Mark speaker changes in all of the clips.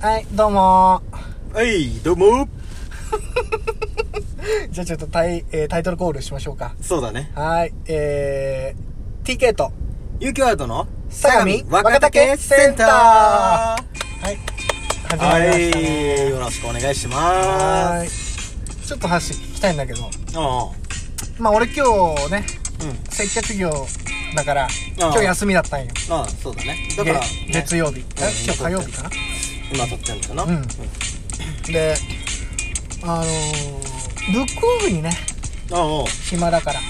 Speaker 1: はい、どうも
Speaker 2: はい、どうも
Speaker 1: ーじゃあちょっとタイ,、えータイトルコールしましょうか。
Speaker 2: そうだね。
Speaker 1: はい、えー、TK と、
Speaker 2: 有機ワールドの
Speaker 1: 相模
Speaker 2: 若竹センター
Speaker 1: はい、始まりま
Speaker 2: は
Speaker 1: したね。
Speaker 2: い、よろしくお願いし
Speaker 1: は
Speaker 2: ま
Speaker 1: ー
Speaker 2: す。
Speaker 1: い。ちょっと話聞きたいんだけど、
Speaker 2: あ
Speaker 1: まあ俺今日ね、
Speaker 2: あ、うん。
Speaker 1: 接客業だから、今日休みだったんよ。
Speaker 2: ああ、そうだね。だから、ね
Speaker 1: げ月曜日、あ今日火曜日かな。
Speaker 2: 今撮ってんのかな。
Speaker 1: うん
Speaker 2: うん
Speaker 1: で、あのー、ブックオフにね、
Speaker 2: ああ、うん。
Speaker 1: 暇だから、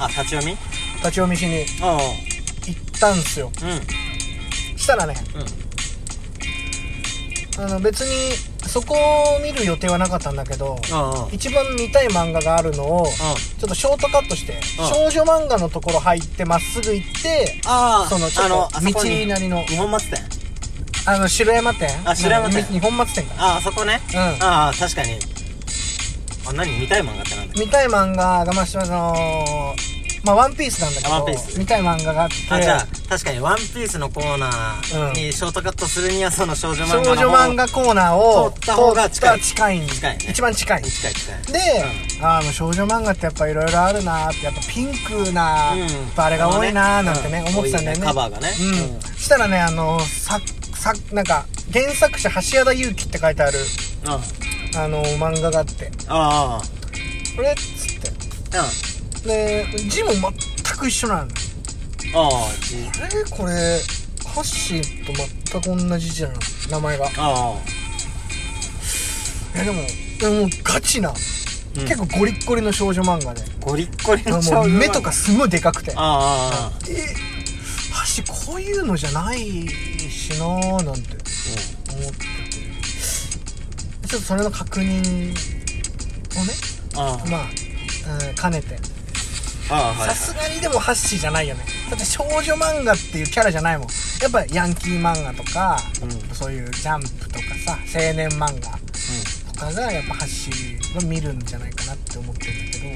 Speaker 2: あ、立ち読み
Speaker 1: 立ち読みしに
Speaker 2: ああ、
Speaker 1: 行ったんすよ。
Speaker 2: うん。
Speaker 1: したらね、
Speaker 2: う
Speaker 1: あの別にそこを見る予定はなかったんだけど
Speaker 2: ん。ああ、うん。
Speaker 1: 一番見たい漫画があるのをちょっとショートカットして少女漫画のところ入ってまっすぐ行って
Speaker 2: ああ、
Speaker 1: そのちょっと
Speaker 2: あそこ
Speaker 1: 道
Speaker 2: に
Speaker 1: なりの
Speaker 2: 日本松店
Speaker 1: あの城山店
Speaker 2: あ城山店
Speaker 1: 日本松店か
Speaker 2: ああ、そこね。
Speaker 1: うん
Speaker 2: ああ、確かに。あ、何見たい漫画ってなんだっけ
Speaker 1: 見たい漫画がまあそのまあワンピースなんだけ
Speaker 2: あワンピース
Speaker 1: ど見たい漫画があっ
Speaker 2: あじゃあ
Speaker 1: て
Speaker 2: 確かに「ワンピースのコーナーにショートカットするにはその少女
Speaker 1: 少
Speaker 2: 漫画の
Speaker 1: 女漫画コーナーを
Speaker 2: 通った方が近い
Speaker 1: 通ったら近いん
Speaker 2: 近いね
Speaker 1: 一番近いで
Speaker 2: 近い近い
Speaker 1: あの少女漫画ってやっぱいろいろあるなーってやっぱピンクな
Speaker 2: うん
Speaker 1: やっぱあれが多いなーなんてね
Speaker 2: うん
Speaker 1: 思ってたんだよ
Speaker 2: 多い
Speaker 1: ね
Speaker 2: カバーがね
Speaker 1: うん、したらねあのささなんか原作者橋田裕樹って書いてある
Speaker 2: うんあ
Speaker 1: あの漫画があって
Speaker 2: あ
Speaker 1: これっつっ
Speaker 2: うんあ
Speaker 1: てで字も全く一緒なの
Speaker 2: あじ
Speaker 1: あれこれハッシーと全く同じ字なの名前が
Speaker 2: ああ
Speaker 1: えでもでももうガチな、結構ゴリッゴリの少女漫 画で
Speaker 2: ゴリッゴリの少
Speaker 1: もう
Speaker 2: 女漫画
Speaker 1: 目とかすごいでかくて
Speaker 2: ああああ
Speaker 1: えハッシーこういうのじゃないしなーなんて思っててちょっとそれの確認をね
Speaker 2: あ
Speaker 1: まあ、うん、兼ねて
Speaker 2: ああはい
Speaker 1: さすがにでもハッシーじゃないよねだって少女漫画っていうキャラじゃないもんやっぱヤンキー漫画とか、
Speaker 2: うん
Speaker 1: そういうジャンプとかさ青年漫画とかがやっぱハッシーは見るんじゃないかなって思ってるんだけど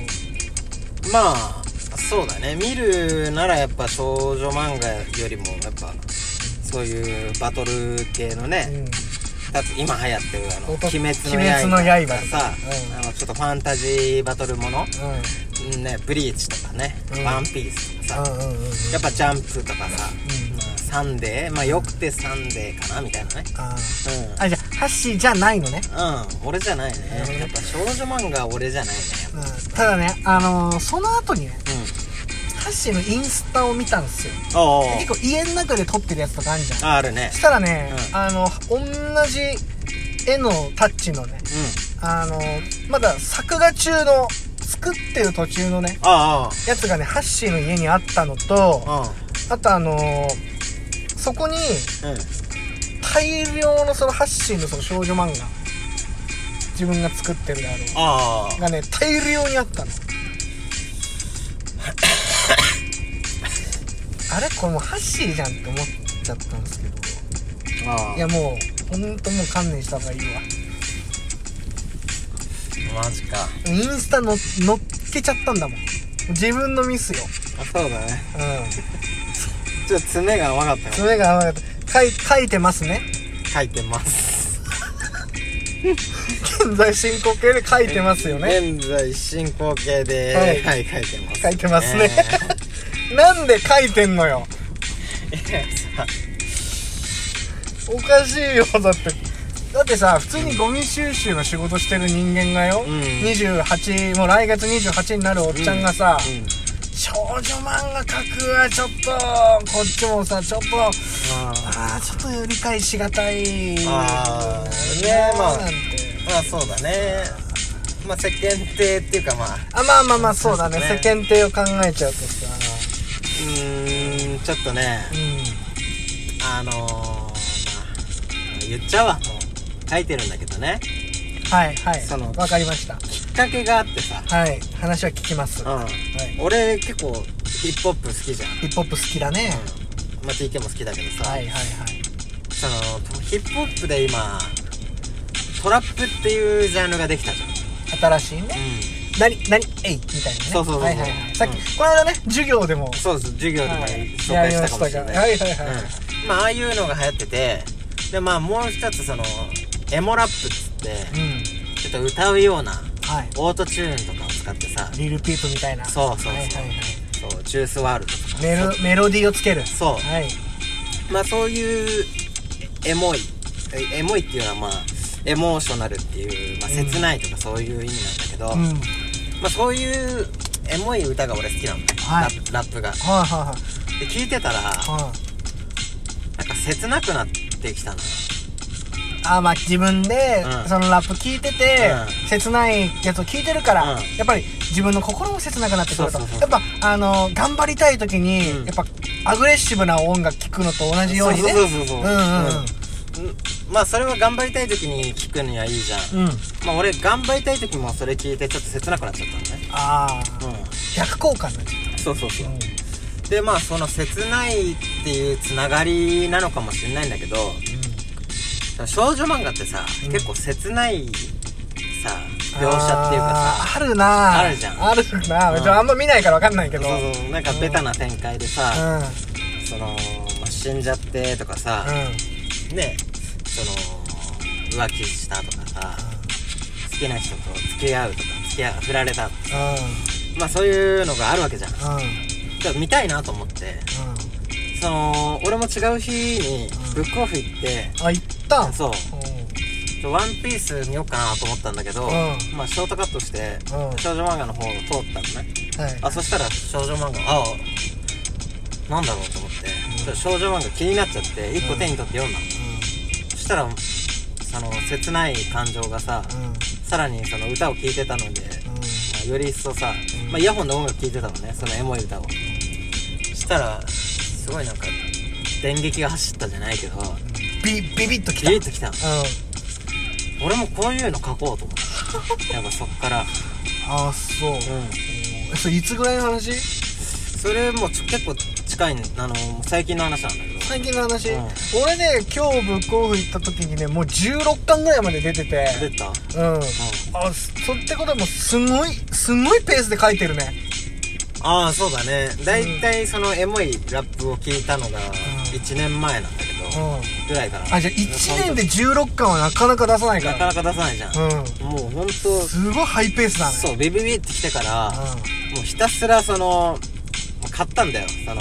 Speaker 2: うんまあそうだね見るならやっぱ少女漫画よりもやっぱそういうバトル系のね、
Speaker 1: うん
Speaker 2: だって今流行ってるあの「
Speaker 1: おと
Speaker 2: 鬼滅の
Speaker 1: 鬼滅の刃
Speaker 2: 刃」とかさ、
Speaker 1: うん
Speaker 2: あのちょっとファンタジーバトルもの、
Speaker 1: う
Speaker 2: ね、ブリーチとかね、
Speaker 1: うん
Speaker 2: ワンピースとかさ、
Speaker 1: んうんうんうんうん
Speaker 2: やっぱジャンプとかさ、
Speaker 1: うん
Speaker 2: まあサンデー、まあよくてサンデーかなみたいなね。
Speaker 1: あーあじゃあハッシーじゃないのね
Speaker 2: うん、うん、俺じゃないね。やっぱ少女漫画は俺じゃないね。
Speaker 1: うんただねあのーその後にね
Speaker 2: うん。
Speaker 1: ハッシーのインスタを見たんですよ
Speaker 2: おうおう
Speaker 1: 結構家の中で撮ってるやつとかあるじゃん
Speaker 2: ああるね
Speaker 1: し。たらね、
Speaker 2: うん
Speaker 1: あの同じ絵のタッチのね
Speaker 2: うん。
Speaker 1: あのまだ作画中の作ってる途中のね
Speaker 2: あ
Speaker 1: やつがねハッシーの家にあったのと
Speaker 2: あ、ああ、
Speaker 1: あとあのそこに
Speaker 2: うん。うん。
Speaker 1: 大量のそのハッシーのその少女漫画自分が作ってるであろ
Speaker 2: あ
Speaker 1: うがね大量にあったのあれこれもうハッシーじゃんって思っちゃったんですけど
Speaker 2: あ。ああ
Speaker 1: いやもうほんともう観念した方がいいわ
Speaker 2: マジか。
Speaker 1: インスタの乗っけちゃったんだもん自分のミスよ
Speaker 2: あそうだね。
Speaker 1: うん
Speaker 2: ちょっと爪が甘かったよ。
Speaker 1: 爪が合わなかった書い書いてますね
Speaker 2: 書いてます。
Speaker 1: 現在進行形で書いてますよね
Speaker 2: 現在進行形で、
Speaker 1: はい
Speaker 2: はい、書いてます。
Speaker 1: 書いてますね なんで書いてんのよ
Speaker 2: いやさ
Speaker 1: おかしいよだってだってさ普通にゴミ収集の仕事してる人間がよ、
Speaker 2: うん
Speaker 1: 28もう来月28になるおっちゃんがさ、
Speaker 2: うん
Speaker 1: 少女漫画描くはちょっとこっちもさちょっと
Speaker 2: ああ
Speaker 1: ああちょっと理解しがたい
Speaker 2: あーねまあ
Speaker 1: なんて
Speaker 2: まあそうだねまあ世間体っていうかまあう
Speaker 1: あまあまあまあそうだね
Speaker 2: そうです
Speaker 1: 世間体を考えちゃうとさ
Speaker 2: ーんちょっとね
Speaker 1: う
Speaker 2: あのー、まあ言っちゃうわもう書いてるんだけどね
Speaker 1: んはいはい
Speaker 2: その
Speaker 1: わかりました
Speaker 2: きっかけがあってさ
Speaker 1: はい話は聞きます、
Speaker 2: うん、
Speaker 1: はい、
Speaker 2: 俺結構ヒップホップ好きじゃん、
Speaker 1: ヒップホップ好きだね、
Speaker 2: まあ、TK も好きだけどさ、
Speaker 1: はいはいはい
Speaker 2: そのヒップホップで今トラップっていうジャンルができたじゃん、
Speaker 1: 新しいね何何えいみたいなね
Speaker 2: そうそうそうそう
Speaker 1: はいはいはいさっき、
Speaker 2: うん
Speaker 1: この間ね授業でも
Speaker 2: そうです授業でも
Speaker 1: はい
Speaker 2: 紹介したかもしれない、
Speaker 1: やりましたがはいはいはい
Speaker 2: うんまあああいうのが流行っててでまあもう一つそのエモラップっつって
Speaker 1: うん
Speaker 2: ちょっと歌うような
Speaker 1: はい
Speaker 2: オートチューンとかを使ってさ
Speaker 1: リルピープみたいな
Speaker 2: そうそうそう
Speaker 1: はいはいはい
Speaker 2: そうジュースワールドとか
Speaker 1: メロメロディーをつける
Speaker 2: そう
Speaker 1: はい
Speaker 2: まあそういうエモいえエモいっていうのはまあエモーショナルっていう、まあ、
Speaker 1: うん
Speaker 2: 切ないとかそういう意味なんだけど、
Speaker 1: うんはい
Speaker 2: まあそういうエモい歌が俺好きなのね、
Speaker 1: はい
Speaker 2: ラップラップが
Speaker 1: はいは
Speaker 2: で聞いてたらない
Speaker 1: はい
Speaker 2: んか切なくなってきたのよ
Speaker 1: あまあ自分で、
Speaker 2: うん
Speaker 1: そのラップ聞いてて、
Speaker 2: う
Speaker 1: 切ないやつを聞いてるから、
Speaker 2: うん
Speaker 1: やっぱり自分の心も切なくなってくると
Speaker 2: そうそうそう
Speaker 1: やっぱあの頑張りたい時に、
Speaker 2: うん
Speaker 1: やっぱアグレッシブな音楽聴くのと同じようにね
Speaker 2: そうそうそうそう
Speaker 1: うんうん
Speaker 2: うんまあそれは頑張りたい時に聞くにはいいじゃん、
Speaker 1: うん、うん、
Speaker 2: まあ俺頑張りたい時もそれ聞いてちょっと切なくなっちゃったのね
Speaker 1: ああ
Speaker 2: う
Speaker 1: 逆効果になっちゃっ
Speaker 2: んそうそうそう
Speaker 1: た、、うん
Speaker 2: でまあその切ないっていうつながりなのかもしれないんだけど少女漫画ってさ、
Speaker 1: うん
Speaker 2: 結構切ないさ描写っていうか
Speaker 1: あ
Speaker 2: さ
Speaker 1: ーあるな
Speaker 2: あるじゃん
Speaker 1: あるな、
Speaker 2: うん
Speaker 1: 別にあんま見ないからわかんないけど
Speaker 2: そうそうなんかベタな展開で
Speaker 1: う
Speaker 2: さ、
Speaker 1: ん
Speaker 2: その、まあ、死んじゃってとかさ、
Speaker 1: うん
Speaker 2: ねその浮気したとかさ好きな人と付き合うとか付き合う振られたまあそういうのがあるわけじゃん
Speaker 1: うんうん
Speaker 2: ちょっと見たいなと思って
Speaker 1: う
Speaker 2: その俺も違う日にブックオフ行って、
Speaker 1: んあ行ったん
Speaker 2: そう
Speaker 1: う
Speaker 2: ちょワンピース見ようかなと思ったんだけど、
Speaker 1: う
Speaker 2: まあショートカットして
Speaker 1: んうん
Speaker 2: 少女漫画の方を通ったのね
Speaker 1: はい
Speaker 2: あそしたら少女漫画ああなんだろうと思って、ちょっと少女漫画気になっちゃって1個手に取って読んだの、そしたらその切ない感情がさ、
Speaker 1: うんうん
Speaker 2: さらにその歌を聴いてたので、
Speaker 1: う
Speaker 2: まあより一層さ、
Speaker 1: うん
Speaker 2: まあ、イヤホンで音楽聴いてたのねそのエモい歌をしたらすごいなんか電撃が走ったじゃないけど
Speaker 1: んビビビッときた
Speaker 2: ビリッときたの
Speaker 1: うん
Speaker 2: 俺もこういうの書こうと思って やっぱそっから
Speaker 1: ああそう、
Speaker 2: うん
Speaker 1: えそれいつぐらいの話
Speaker 2: それもちょ結構近いあの最近の話なんだけど
Speaker 1: 最近の話、
Speaker 2: うん
Speaker 1: 俺ね今日ブックオフ行った時にねもう16巻ぐらいまで出てて
Speaker 2: 出た、うん、
Speaker 1: うんあそってことはもうすごいすごいペースで書いてるね
Speaker 2: ああそうだね大体そのエモいラップを聴いたのが1年前なんだけ
Speaker 1: う
Speaker 2: ど、
Speaker 1: ん
Speaker 2: ぐらいから
Speaker 1: あじゃあ1年で16巻はなかなか出さないか
Speaker 2: な
Speaker 1: ら
Speaker 2: かなか出さないじゃん、
Speaker 1: うん
Speaker 2: もうほんと
Speaker 1: すごいハイペースだね
Speaker 2: そうビビビってきてから、もうひたすらその買ったんだよその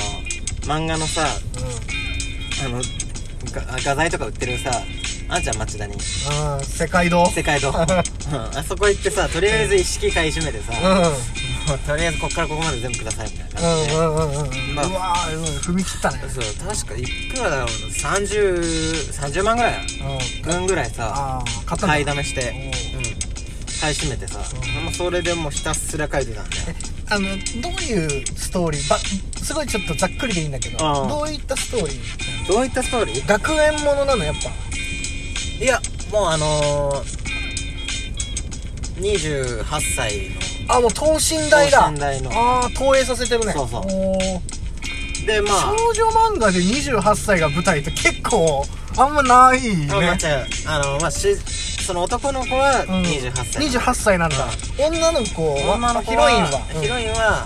Speaker 2: 漫画のさ
Speaker 1: う
Speaker 2: あのが画材とか売ってるさあんちゃん町田に
Speaker 1: んうん、うん、世界堂
Speaker 2: 世界堂うんあそこ行ってさとりあえず一式買い占めてさ、
Speaker 1: うんうん
Speaker 2: もうとりあえずこっからここまで全部くださいみたいな感じで、
Speaker 1: うんうんうんうん、
Speaker 2: まあ
Speaker 1: うわーうん踏み切ったね
Speaker 2: そう確かいくらだろうな3030万ぐらい
Speaker 1: うん
Speaker 2: 分ぐらいさ
Speaker 1: ああ買ったんだ
Speaker 2: 買いだめして、
Speaker 1: おう
Speaker 2: うん、買い占めてさ、
Speaker 1: うん
Speaker 2: もうそれでもうひたすら書いてたんだよ
Speaker 1: あのどういうストーリーばすごいちょっとざっくりでいいんだけど
Speaker 2: ああ
Speaker 1: どういったストーリー
Speaker 2: どういったストーリー
Speaker 1: 学園ものなのやっぱ
Speaker 2: いやもうあのー、28歳の
Speaker 1: あもう等身大だ
Speaker 2: 等身大の
Speaker 1: ああ投影させてるね
Speaker 2: そうそう
Speaker 1: おー
Speaker 2: でまあ
Speaker 1: 少女漫画で28歳が舞台って結構あんまないね
Speaker 2: あまあ違うあのまあしその男の子は
Speaker 1: うん
Speaker 2: 28歳、
Speaker 1: 28歳なんだ、女の子は
Speaker 2: 女の子
Speaker 1: ヒロインは
Speaker 2: は、ヒロ
Speaker 1: イ
Speaker 2: インは
Speaker 1: ン、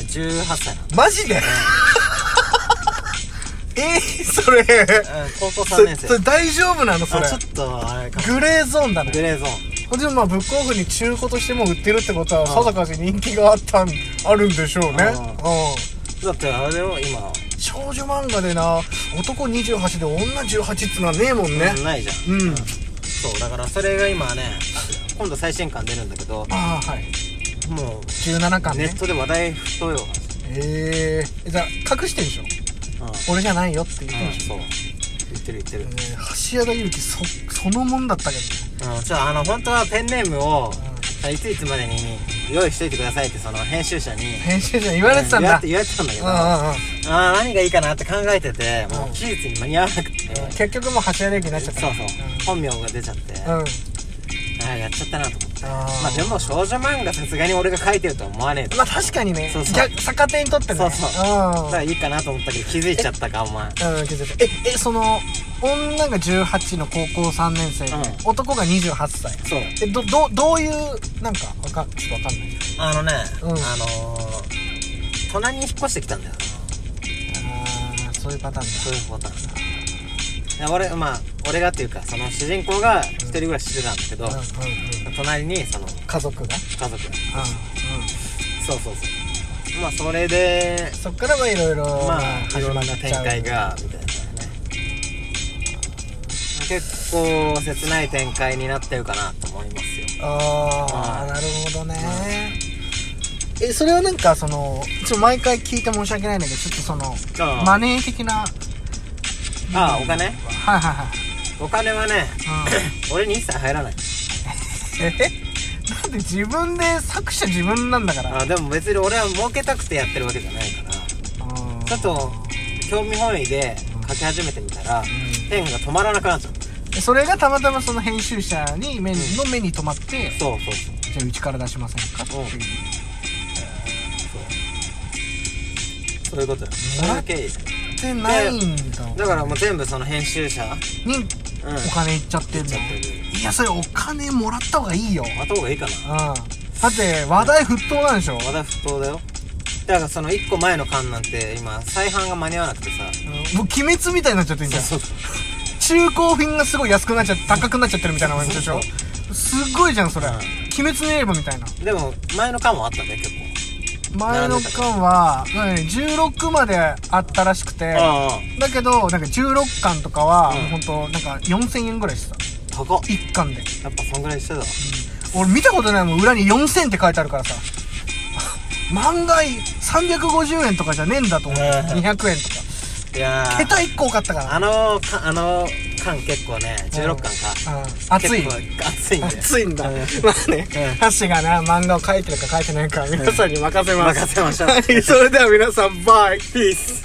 Speaker 2: 18歳な
Speaker 1: うん、マジで えー、それ
Speaker 2: の、うん、高校
Speaker 1: そ
Speaker 2: 3
Speaker 1: れ
Speaker 2: 年生
Speaker 1: それ大丈夫なのそ
Speaker 2: あ
Speaker 1: れ
Speaker 2: ちょっとあれか
Speaker 1: グレーゾーンだね
Speaker 2: グレーゾー
Speaker 1: でもまあブックオフに中古としても売ってるってことはさぞかし人気があったんあるんでしょうね
Speaker 2: あ
Speaker 1: う
Speaker 2: ンだってあれを今、
Speaker 1: ん少女漫画でな男28で女18っつのはねえもんね
Speaker 2: ないじゃん
Speaker 1: うん、
Speaker 2: そうだからそれが今ね今度最新刊出るんだけど
Speaker 1: ああはい
Speaker 2: もう
Speaker 1: 17巻
Speaker 2: ネ
Speaker 1: ね
Speaker 2: ットで話題沸騰よ、
Speaker 1: ええじゃあ隠してんでしょ
Speaker 2: うんうん、
Speaker 1: 俺じゃないよって言ってんでし
Speaker 2: そう言ってる言ってる
Speaker 1: ょ、ねえ橋田裕樹そそのもんだったけ
Speaker 2: うん、ちょあの本当はペンネームを
Speaker 1: ど、ね、
Speaker 2: いついつまでに用意しといてくださいってその編集者に
Speaker 1: うん、編集者に言われてたん
Speaker 2: 言わ
Speaker 1: だ
Speaker 2: れて言われてたんだけ
Speaker 1: う
Speaker 2: ど、
Speaker 1: ん
Speaker 2: あ
Speaker 1: うんうん
Speaker 2: あ何がいいかなって考えてても
Speaker 1: う
Speaker 2: うん期日に間に合わなくて、
Speaker 1: 結局もう橋田裕樹になっちゃった
Speaker 2: そうそう、本名が出ちゃって、
Speaker 1: う
Speaker 2: あ
Speaker 1: ん、うん、
Speaker 2: あやっちゃったなと思って
Speaker 1: あー
Speaker 2: まあでも少女漫画さすがに俺が書いてるとは思わねえと
Speaker 1: まあ確かにね
Speaker 2: そうそう
Speaker 1: 逆逆手にとってね
Speaker 2: そうそうだ
Speaker 1: ん
Speaker 2: からいいかなと思ったけど気づいちゃったかお
Speaker 1: う
Speaker 2: 前
Speaker 1: ん、気づいたええその女が18の高校3年生で、
Speaker 2: う
Speaker 1: 男が28歳
Speaker 2: そう
Speaker 1: えどどどういうなんかわかちょっとわかんない
Speaker 2: あのね、
Speaker 1: うん
Speaker 2: あのー、隣に引っ越してきたんだよ
Speaker 1: あーそういうパターン
Speaker 2: そういうことなんだや俺まあ俺がっていうかその主人公が一人暮らししてたんだけど、
Speaker 1: うんうん
Speaker 2: 隣にその家
Speaker 1: 家族が
Speaker 2: 族が
Speaker 1: ああ
Speaker 2: そうそうそうまあそれで
Speaker 1: そっからはいろいろ
Speaker 2: まあ始ま
Speaker 1: いろいろな
Speaker 2: った展開
Speaker 1: っちゃ
Speaker 2: がみたいなね結構切ない展開になってるかなと思います
Speaker 1: う
Speaker 2: よ
Speaker 1: ああ
Speaker 2: はい
Speaker 1: なるほどねえそれはなんかそのちょっと毎回聞いて申し訳ないんだけどちょっとその
Speaker 2: ああ
Speaker 1: マネー的な
Speaker 2: ああお金
Speaker 1: はいはいはい
Speaker 2: お金はね
Speaker 1: う
Speaker 2: 俺に一切入らない
Speaker 1: んえなんで自分で作者自分なんだから
Speaker 2: あでも別に俺は儲けたくてやってるわけじゃないから
Speaker 1: うん
Speaker 2: ちょっと興味本位で書き始めてみたらペンが止まらなくなっちゃった
Speaker 1: それがたまたまその編集者に目にの目に留まって
Speaker 2: そうそうそう
Speaker 1: じゃあうちから出しませんかっていう
Speaker 2: うんそういうことだそれだけいい
Speaker 1: ってないんだ
Speaker 2: だからもう全部その編集者
Speaker 1: に
Speaker 2: うん
Speaker 1: お金いっちゃってんの
Speaker 2: いっちゃって
Speaker 1: いやそれお金もらった方がいいようん
Speaker 2: 待った方がいいかな
Speaker 1: だって話題沸騰なんでしょ
Speaker 2: まだ沸騰だよだからその1個前の缶なんて今再販が間に合わなくてさ
Speaker 1: もう鬼滅みたいになっちゃってんじゃん
Speaker 2: そうそう
Speaker 1: 中古品がすごい安くなっちゃって高くなっちゃってるみたいな感じでしょすっごいじゃんそれ
Speaker 2: うん
Speaker 1: 鬼滅の刃みたいな
Speaker 2: でも前の缶もあったんだよ結構
Speaker 1: 前の巻はなんかね16まであったらしくて
Speaker 2: ああ
Speaker 1: だけどなんか16巻とかは、
Speaker 2: うん
Speaker 1: もうほんとなんか4000円ぐらいしてた
Speaker 2: 高っ
Speaker 1: 1巻で
Speaker 2: やっぱそんぐらいしてたわ
Speaker 1: 俺見たことないもん裏に4000って書いてあるからさ 漫画350円とかじゃねえんだと思って
Speaker 2: ね
Speaker 1: 200円とか
Speaker 2: いやー
Speaker 1: 桁1個多かったから
Speaker 2: あのかあの缶結構ね16缶か
Speaker 1: うん熱い
Speaker 2: 結構熱いんだよ
Speaker 1: 熱いんだ、まあね
Speaker 2: うん
Speaker 1: ハッシーがな漫画を描いてるか描いてないかは皆さんに任せます、
Speaker 2: 任せましょう
Speaker 1: はいそれでは皆さんバイ
Speaker 2: ピース